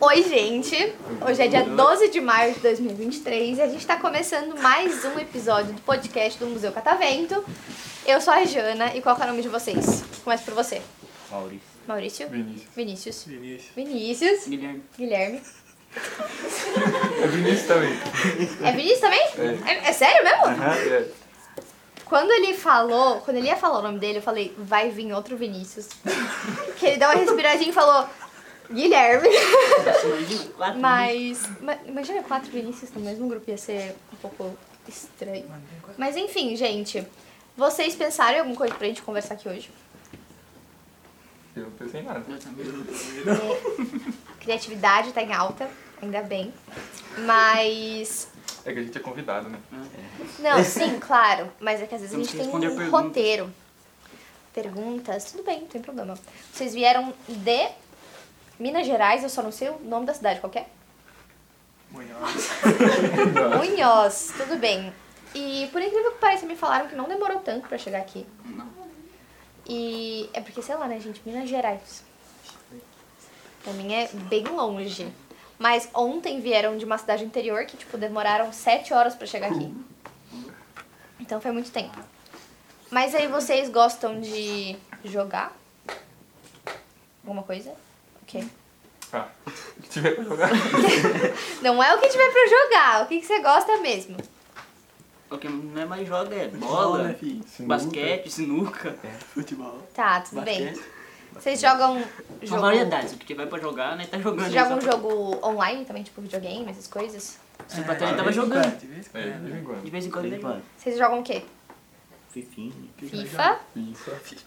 Oi, gente! Hoje é dia 12 de maio de 2023 e a gente está começando mais um episódio do podcast do Museu Catavento. Eu sou a Jana e qual que é o nome de vocês? Começo por você. Maurício. Maurício? Vinícius. Vinícius. Vinícius. Vinícius. Guilherme. Guilherme. É Vinícius também. É Vinícius também? É, é sério mesmo? É. Quando ele falou, quando ele ia falar o nome dele, eu falei, vai vir outro Vinícius. que ele deu uma respiradinha e falou, Guilherme. Imagina, quatro Mas. ma- Imagina quatro Vinícius no mesmo grupo, ia ser um pouco estranho. Mas enfim, gente. Vocês pensaram em alguma coisa pra gente conversar aqui hoje? Eu não pensei em nada. minutos. Eu também. É, criatividade tá em alta, ainda bem. Mas. É que a gente é convidado, né? Não, sim, claro. Mas é que às vezes a Temos gente que tem responder um perguntas. roteiro. Perguntas, tudo bem, não tem problema. Vocês vieram de Minas Gerais, eu só não sei o nome da cidade, qual que é? Uhum. Munhoz, tudo bem. E por incrível que pareça, me falaram que não demorou tanto pra chegar aqui. Não. E é porque, sei lá, né, gente, Minas Gerais. Pra mim é bem longe. Mas ontem vieram de uma cidade interior que, tipo, demoraram sete horas pra chegar aqui. Então foi muito tempo. Mas aí vocês gostam de jogar? Alguma coisa? Ok. Ah, se tiver pra jogar. Não é o que tiver pra jogar, o que, que você gosta mesmo. O que não é mais joga é né, bola, basquete, sinuca, É. futebol, Tá, tudo bem. basquete. Vocês jogam São jogo, variedades, o que tiver pra jogar, né? Tá jogando. Vocês jogam um só pra- jogo online também, tipo videogame, essas coisas? Só pra ter, tava jogando. É, de vez em quando. De vez em quando ele joga. Vocês jogam o quê? Fifinha. FIFA? Isso.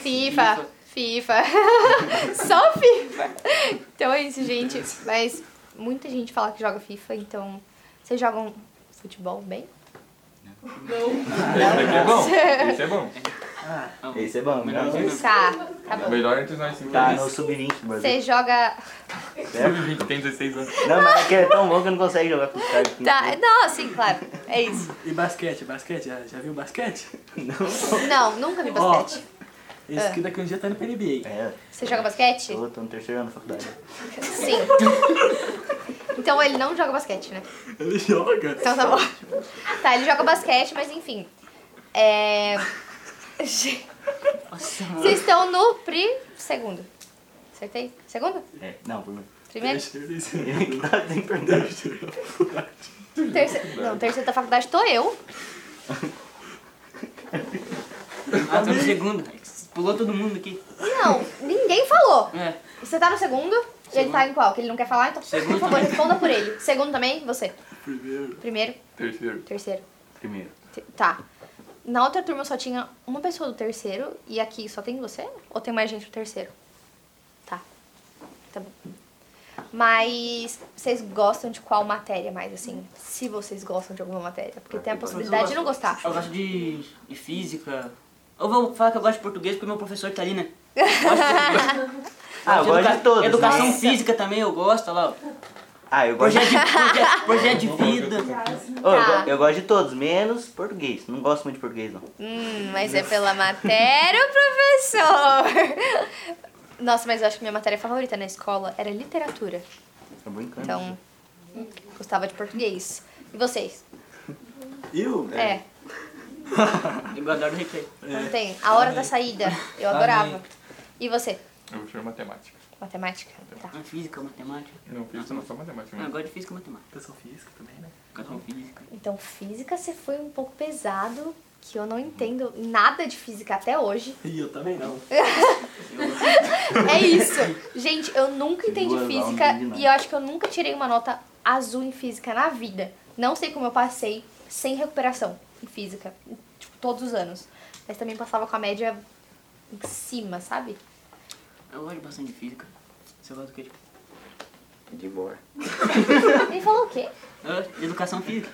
FIFA. FIFA. Só FIFA. Então é isso, gente. Mas muita gente fala que joga FIFA, então vocês jogam futebol bem? Ah, Esse daqui é bom. Esse é bom. Esse é bom, né? Melhor jogo. Tá, tá É. bom. Melhor entre nós cinco. Tá no sub-20, mano. Você joga. Sub-20, tem 16 anos. Não, mas é que é tão bom que não consegue jogar com os caras. aqui. Tá, não, sim, claro. É isso. E basquete, basquete, já, já viu basquete? Não, nunca vi Ó. basquete. Esse aqui daqui um dia tá no PNB. É, Você joga basquete? eu tô no terceiro ano da faculdade. Sim. Então ele não joga basquete, né? Ele joga? Então tá bom. Tá, ele joga basquete, mas enfim. É. Gente, Nossa, mano. Vocês estão no pri. Segundo. Acertei? Segundo? É, não, por mim. Primeiro? Tá sem perder. Terceiro. Não, terceiro da faculdade tô eu. Ah, tá no segundo. Pulou todo mundo aqui. Não, ninguém falou. É. Você tá no segundo? E ele tá em qual? Que ele não quer falar, então por Segundo favor, responda por ele. Segundo também? Você. Primeiro. Primeiro, Terceiro. terceiro. Primeiro. Te- Tá. Na outra turma só tinha uma pessoa do terceiro e aqui só tem você? Ou tem mais gente do terceiro? Tá. Tá bom. Mas vocês gostam de qual matéria mais, assim? Se vocês gostam de alguma matéria. Porque tem a possibilidade de não gostar. Eu gosto de, de física. Eu vou falar que eu gosto de português porque meu professor tá ali, né? Eu gosto de português. Ah, eu gosto de todos. Educação né? física também eu gosto, olha lá. ó. Ah, eu gosto de... Projeto de, projeto, projeto de vida. Ô, eu Tá. go- eu gosto de todos, menos português. Não gosto muito de português, não. Hum, mas é pela matéria, professor! Nossa, mas eu acho que minha matéria favorita na escola era literatura. Tô brincando. Então, gostava de português. E vocês? Eu? É, Eu adoro recreio. não tem. A hora da saída, eu adorava. E você? Eu prefiro matemática. Matemática? Tá. Ah, Física, matemática. Não, fiz não só matemática. Não, eu Mas... gosto de física e matemática. Educação física também, né? É. Educação física. Então, física, você foi um pouco pesado, que eu não entendo nada de física até hoje. E eu também não. É isso. Gente, eu nunca entendi Duas aulas, física não entendi nada. e eu acho que eu nunca tirei uma nota azul em física na vida. Não sei como eu passei sem recuperação em física, tipo, todos os anos. Mas também passava com a média em cima, sabe? Eu gosto bastante de física. Você gosta do que? Tipo? De boa. Ele falou o quê? Ah, de educação física.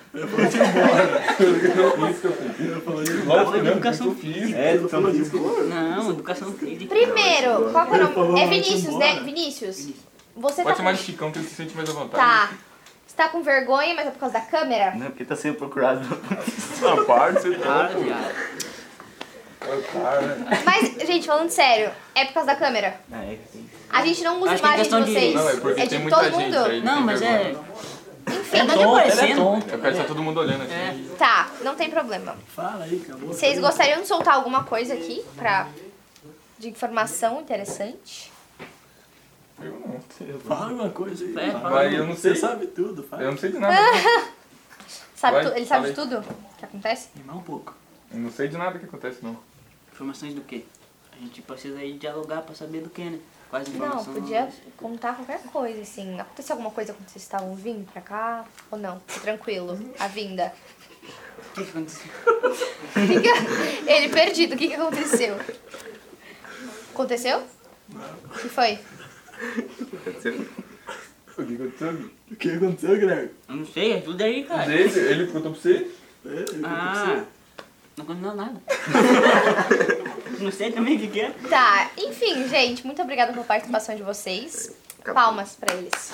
Logo de olhando, educação muito física. É, educação física. Não, educação física. Primeiro, qual que é o nome? É vai Vinícius, embora. né? Vinícius. Você Pode tá chamar de Chicão que ele se sente mais à vontade. Tá. Você tá com vergonha, mas é por causa da câmera? Não, porque tá sendo procurado. Ah, para, você tá. Para, viado. "Ah, Para. Mas, gente, falando sério, é por causa da câmera. ah, é que tem. A gente não usa Acho que é imagem de questão de- vocês. Não, é porque de tem muita todo gente mundo. aí. Não, mas é. Enfim, É tonto, ele é tonto. Eu quero estar todo mundo olhando assim. É. tá, não tem problema. Fala aí, é acabou. Vocês gostariam de soltar alguma coisa aqui pra... de informação interessante? Eu não. Fala alguma coisa aí. É, fala. Mas eu não sei. Você sabe tudo, fala. Eu não sei de nada. Sabe Vai, tu- Ele sabe de fala tudo que acontece? Me dá um pouco. Eu não sei de nada que acontece, não. Informações do quê? A gente precisa aí dialogar pra saber do quê, né? Quais Não, informações. podia contar qualquer coisa, assim. Aconteceu alguma coisa quando vocês estavam vindo pra cá? Ou não? Foi tranquilo. A vinda. O que que aconteceu? Fica ele perdido. O que, que aconteceu? Aconteceu? O que foi? O que aconteceu? O que aconteceu, Greg? Eu não sei, ajuda aí, cara. Dele, ele contou pra você? É, eu conto pra Ah, você. não aconteceu nada. não sei também o que, que é. Tá, enfim, gente, muito obrigada pela participação de vocês. Palmas pra eles.